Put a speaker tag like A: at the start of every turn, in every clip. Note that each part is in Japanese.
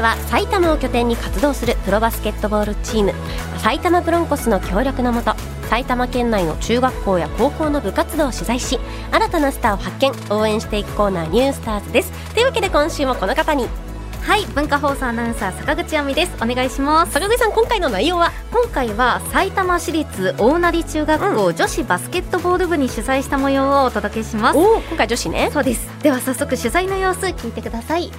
A: は埼玉を拠点に活動するプロバスケットボールチーム埼玉ブロンコスの協力のもと埼玉県内の中学校や高校の部活動を取材し新たなスターを発見応援していくコーナーニュースターズですというわけで今週もこの方に
B: はい文化放送アナウンサー坂口亜美ですお願いします
A: 坂口さん今回の内容は
B: 今回は埼玉市立大成中学校女子バスケットボール部に取材した模様をお届けします、
A: おお今回女子ね
B: そうですでは早速取材の様子聞いてください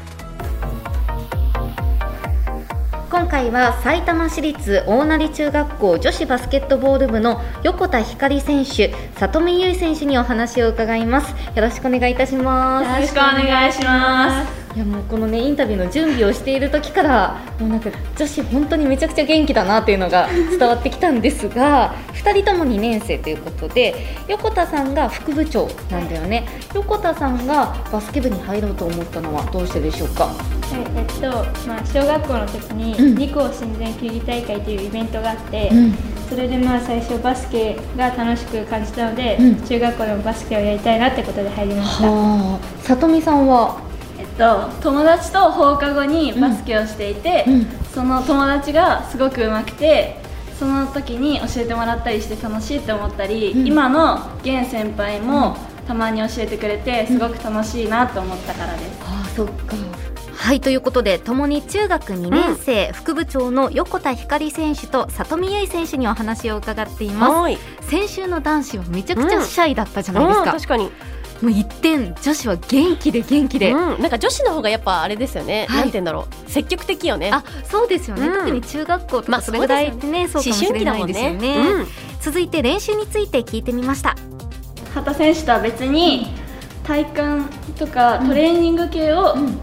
B: 今回は埼玉市立大成中学校女子バスケットボール部の横田光選手里見優選手にお話を伺いますよろしくお願いいたします
C: よろしくお願いします
B: いやもうこのねインタビューの準備をしている時からもうなんか女子本当にめちゃくちゃ元気だなっていうの が伝わってきたんですが2人とも2年生ということで横田さんが副部長なんだよね横田さんがバスケ部に入ろうと思ったのはどうしてでしょうか
C: はいえっとまあ、小学校の時に
B: うん
C: 二校親善球技大会というイベントがあって、
B: うん
C: それでまあ最初バスケが楽しく感じたので、
B: うん
C: 中学校でもバスケをやりたいなってことで入りました、
B: はあ里見さんは
D: えっと、友達と放課後にバスケをしていて、
B: うんうん
D: その友達がすごく上手くてその時に教えてもらったりして楽しいと思ったり、
B: うん
D: 今の現先輩もたまに教えてくれてすごく楽しいなと思ったからです、
B: ああそっかはいということで共に中学2年生、副部長の横田光選手と里見優選手にお話を伺っています
A: い
B: 先週の男子はめちゃくちゃシャイだったじゃないですか、
A: 確かに、
B: もう一点女子は元気で元気で、
A: うん、なんか女子の方がやっぱあれですよね、
B: はい
A: なんて言うんだろう積極的よね
B: あそうですよね、
A: うん
B: 特に中学校と
A: ま
B: か
A: あ
B: それぐらいってね,、そう
A: 思
B: か
A: 春
B: もしれ
A: 期だ
B: な
A: も
B: い
A: ん
B: ですよ
A: ね
B: ね
A: うん
B: 続いて練習について聞いてみました
D: 畑選手とは別に体幹とかトレーニング系を
B: ん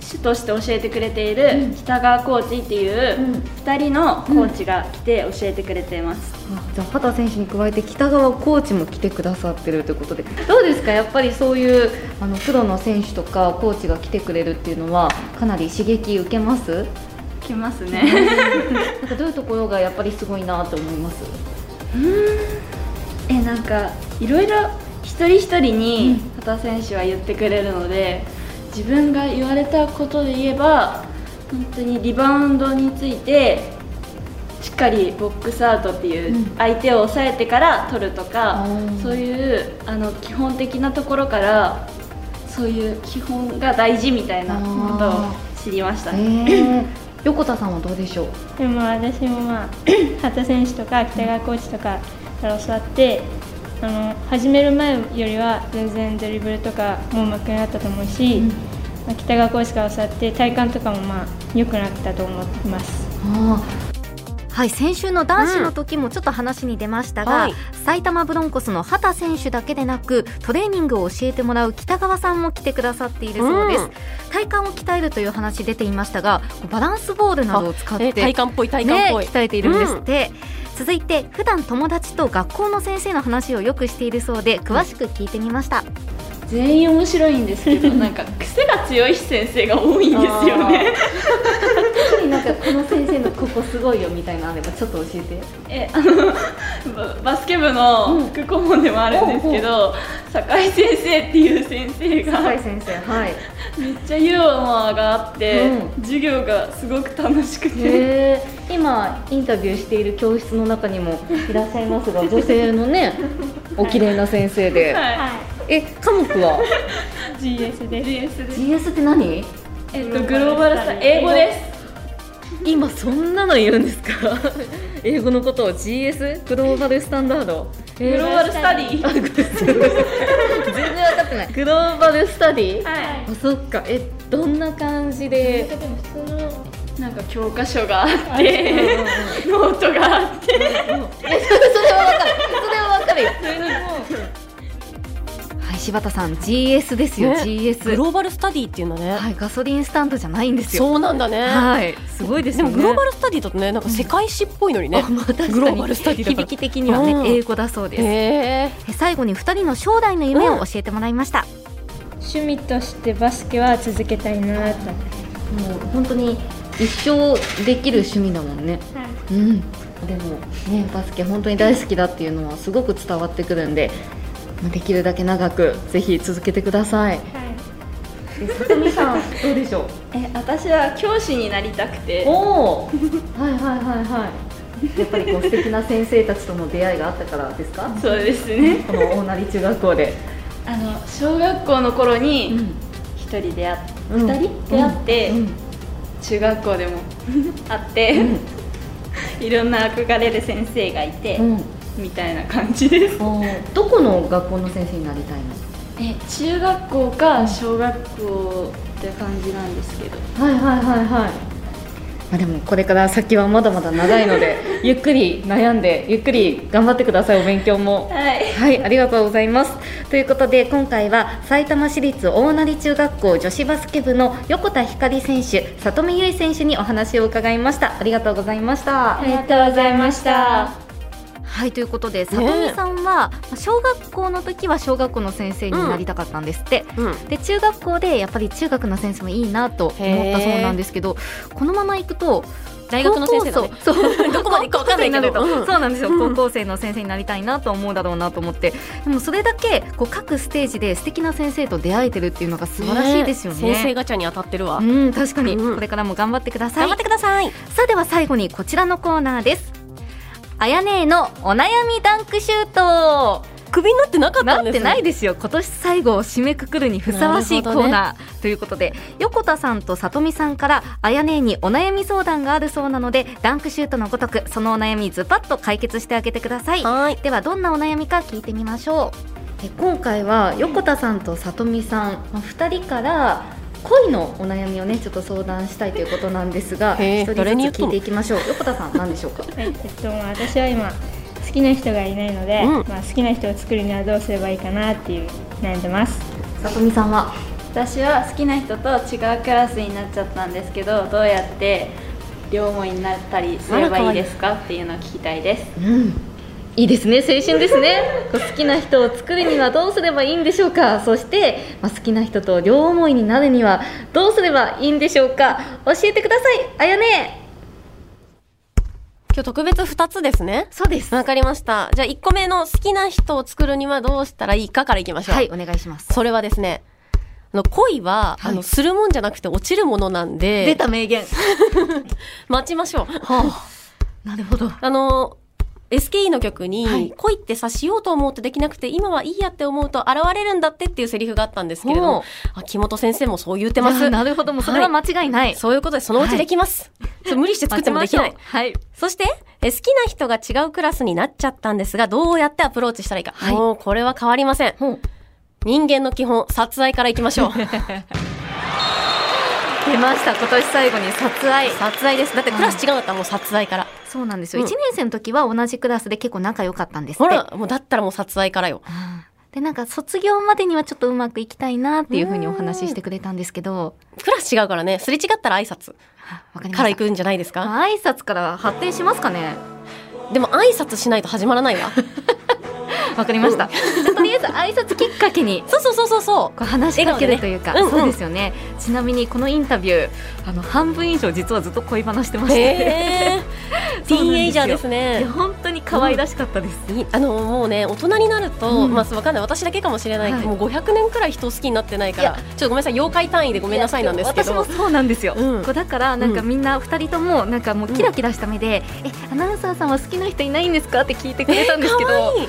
D: 主として教えてくれている北川コーチっていう2人のコーチが来て教えてくれています、
B: じゃあ畑選手に加えて北川コーチも来てくださってるということでどうですかやっぱりそういうあのプロの選手とかコーチが来てくれるっていうのはかなり刺激受けます
D: 来ますね
B: なんかどういうところがやっぱりすごいなと思います
D: えなんかいろいろ一人一人に畑選手は言ってくれるので自分が言われたことで言えば本当にリバウンドについてしっかりボックスアウトっていううん相手を抑えてから取るとか、
B: あー
D: そういうあの基本的なところからそういう基本が大事みたいなことを知りました、
B: えー、 横田さんはどうでしょう
C: でも私もまあ 畑選手とか北川コーチとかから教わってあの始める前よりは全然ドリブルとかもうまくなったと思うし、
B: うん
C: まあ北川コーチから教わって体感とかもまあ良くなったと思います。
B: あーはい先週の男子の時もちょっと話に出ましたが、
A: うんはい
B: 埼玉ブロンコスの畑選手だけでなくトレーニングを教えてもらう北川さんも来てくださっているそうです、
A: うん
B: 体幹を鍛えるという話出ていましたがこうバランスボールなどを使って、
A: え体幹っぽい体幹っ
B: ね、
A: ぽい、
B: 鍛えているんですって、続いて普段友達と学校の先生の話をよくしているそうで詳しく聞いてみました、
D: 全員面白いんですけ どなんか癖が強い先生が多いんですよね
B: 特になんかこの先生のここすごいよみたいなのあればちょっと教えて
D: えあのババスケ部の副顧問でもあるんですけど、酒井先生っていう先生が
B: 高
D: め
B: 井先生はいへ
D: っちゃユーモアがあって、
B: う
D: 授業がすごく楽しくて、
B: え今インタビューしている教室の中にもいらっしゃいます が女性のねお綺麗な先生で、
D: は
C: は、
B: え科目はい
C: GS
D: い、
C: です。
D: GS です、
B: GS って何
D: えっと、グローバルさ英語です
B: 今そんなの言うんです か英語のことを GS グローバルスタンダードグ
D: グローバルスタディ
B: あごめんなさい全然分かってないグローバルスタディ
D: は
B: あそっかえどんな感じで
C: でも普通の
D: いなんか教科書があってノートがあって
B: それは分かるそれは分かるよはい柴田さん GS ですよ、
A: ねグ
B: GS
A: ローバルスタディっていうのね、
B: はいガソリンスタンドじゃないんですよ
A: そうなんだね、
B: はいすごいです
A: で
B: よ
A: も
B: ね
A: グローバルスタディだとねなんか世界史っぽいのにね、
B: あまあ確かに
A: グローバルスタディだから
B: 響き的にはね、
A: うん
B: 英語だそうです、
A: へえ
B: え最後に2人の将来の夢を教えてもらいました、
C: 趣味としてバスケは続けたいなと思
B: も
C: っ
B: う本当に一生できる趣味だもんね
C: て、はい
B: うんでもねバスケ本当に大好きだっていうのはすごく伝わってくるんでまあできるだけ長くぜひ続けてください
C: はい、
B: えさとみさんどうでしょう
D: え私は教師になりたくて
B: おおはいはいはいはいやっぱりこう素敵な先生たちとの出会いがあったからですか
D: そうですね
B: この大成中学校で、
D: あの小学校の頃に一人出会っ
B: うん
D: 二人出会って、
B: うん
D: 中学校 でも会って、いろんな憧れる先生がいて、
B: うん
D: みたいな感じです
B: おーどこの学校の先生になりたい
D: え中学校か小学校って感じなんですけど
B: のはいはいはいはいまあでもこれから先はまだまだ長いのでゆっくり悩んでゆっくり頑張ってくださいお勉強も
D: はい
B: はい、ありがとうございます。ということで、今回は埼玉市立大成中学校女子バスケ部の横田光選手、里見優衣選手にお話を伺いました。ありがとうございました。
C: りがとうございました。
B: はい、ということで、里見さんは、まあ小学校の時は小学校の先生になりたかったんですって。
A: うん
B: で、中学校でやっぱり中学の先生もいいなと思ったそうなんですけど、このまま行くと、
A: 大学の先生だね
B: 高校そ う
A: どこまで行くかわかんないけど
B: 高校生になると
A: うん
B: そうなんですよ高校生の先生になりたいなと思うだろうなと思ってでもそれだけこう各ステージで素敵な先生と出会えてるっていうのが素晴らしいですよね
A: 先生ガチャに当たってるわ、
B: うん確かに
A: うん
B: これからも頑張ってください、
A: 頑張ってください
B: さあでは最後にこちらのコーナーですあやねえのお悩みダンクシュート
A: クビになってなかった
B: なん
A: で
B: っ
A: す
B: てない
A: で
B: ですよ今年最後を締めくくるにふさわしいコーナー、ということで横田さんと里美さんからあやねえにお悩み相談があるそうなのでダンクシュートのごとくそのお悩みズパッと解決してあげてください
A: はい
B: ではどんなお悩みか聞いてみましょうえ今回は横田さんと里美さん、まあ、2人から恋のお悩みをねちょっと相談したいということなんですが
A: へえ
B: 一人ずつ
A: 誰に言ったの
B: 聞いていきましょう横田さん何でしょうか
C: はい、えっと、まあ私は今好きな人がいないので、
A: うん
C: まあ、好きな人を作るにはどうすればいいかなっていう悩んでます
B: 里美さんは
D: 私は好きな人と違うクラスになっちゃったんですけどどうやって両思いになったりすればいいですかっていうのを聞きたいです
B: うんいいですね青春ですねこう好きな人を作るにはどうすればいいんでしょうかそして、まあ、好きな人と両思いになるにはどうすればいいんでしょうか教えてくださいあやね
A: 今日特別二つですね
B: そうです
A: わかりましたじゃあ一個目の好きな人を作るにはどうしたらいいかからいきましょう
B: はいお願いします
A: それはですねあの恋は、
B: はい
A: あのするもんじゃなくて落ちるものなんで
B: 出た名言
A: 待ちましょう
B: なるほど
A: あの SKE の曲に、
B: はい
A: 恋ってさしようと思うとできなくて今はいいやって思うと現れるんだってっていうセリフがあったんですけれど
B: ほう
A: もあ木本先生もそう言ってま
B: あ
A: す
B: なるほど、もうそれは間違いない。
A: そういうことでそのうちできます、そう無理して作ってもできない
B: 待ちましょうはい。
A: そして、え好きな人が違うクラスになっちゃったんですが、どうやってアプローチしたらいいか。
B: はい
A: もうこれは変わりません。
B: ほう
A: 人間の基本、殺愛からいきましょう。
B: 出ました、今年最後に 殺愛。
A: 殺愛です。だってクラス違うんだったらもう殺愛から。
B: そうなんですよ。
A: うん
B: 1年生の時は同じクラスで結構仲良かったんですっ
A: ほ
B: て。
A: ら、もうだったらもう殺愛からよ。
B: あーで、なんか卒業までにはちょっとうまくいきたいなっていうふうにお話ししてくれたんですけど、
A: クラス違うからね、すれ違ったら挨拶
B: あわかりました。
A: から行くんじゃないですか。
B: 挨拶から発展しますかね
A: でも挨拶しないと始まらないわ。
B: わかりました。じゃあとりあえず挨拶きっかけに
A: そうそうそうそうそ
B: こう話しかけるというか、
A: 笑顔でねうん
B: そうですよねちなみにこのインタビューあの半分以上実はずっと恋話してま
A: う。
B: して、
A: へー。ティーンエイジャーです
B: いや
A: ね。
B: 本当に可愛らしかったです、
A: いあのもうね大人になると、
B: うん
A: まあわかんない私だけかもしれない、
B: はい
A: もう500年くらい人を好きになってないか
B: い
A: らち
B: や
A: ょっとごめんなさい妖怪単位でごめんなさいなんですけど
B: いや私もそうなんですよ、
A: うん
B: こうだからなんか
A: う
B: みんな二人ともなんかもうキラキラした目で、えアナウンサーさんは好きな人いないんですかって聞いてくれたんですけど
A: 可愛い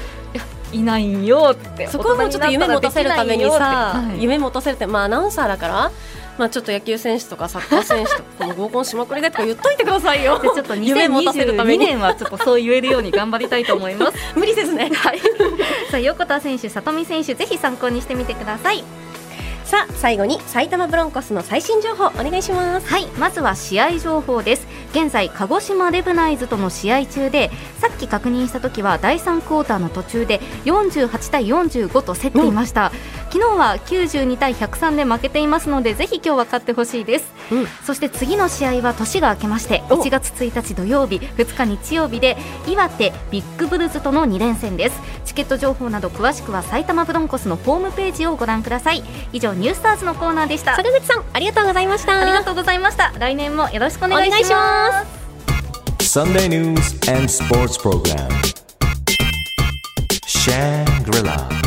B: いないんよって
A: そこはもうちょっと夢持たせるためにさ、
B: 大人になったらできないよってはい
A: 夢持たせるってまあアナウンサーだからまあちょっと野球選手とかサッカー選手とか もう合コンしまくりでとか言っといてくださいよ
B: で ちょっ と
A: 夢持たせるため
B: 2022
A: に
B: 年はちょっとそう言えるように頑張りたいと思います
A: 無理せずねはい
B: さあ横田選手里見選手ぜひ参考にしてみてください
A: さあ最後に埼玉ブロンコスの最新情報お願いします
B: はいまずは試合情報です現在鹿児島レブナイズとの試合中でさっき確認した時は第3クォーターの途中で48対45と競っていました、昨日は92対103で負けていますのでぜひ今日は勝ってほしいです
A: うん
B: そして次の試合は年が明けまして
A: お
B: 1月1日土曜日2日日曜日で岩手ビッグブルズとの2連戦ですチケット情報など詳しくは埼玉ブロンコスのホームページをご覧ください以上ニュースターズのコーナーでした
A: 坂口さんありがとうございました
B: ありがとうございました。来年もよろしくお願いします。
A: お願いし
E: Sunday news and sports program. Shangri-La.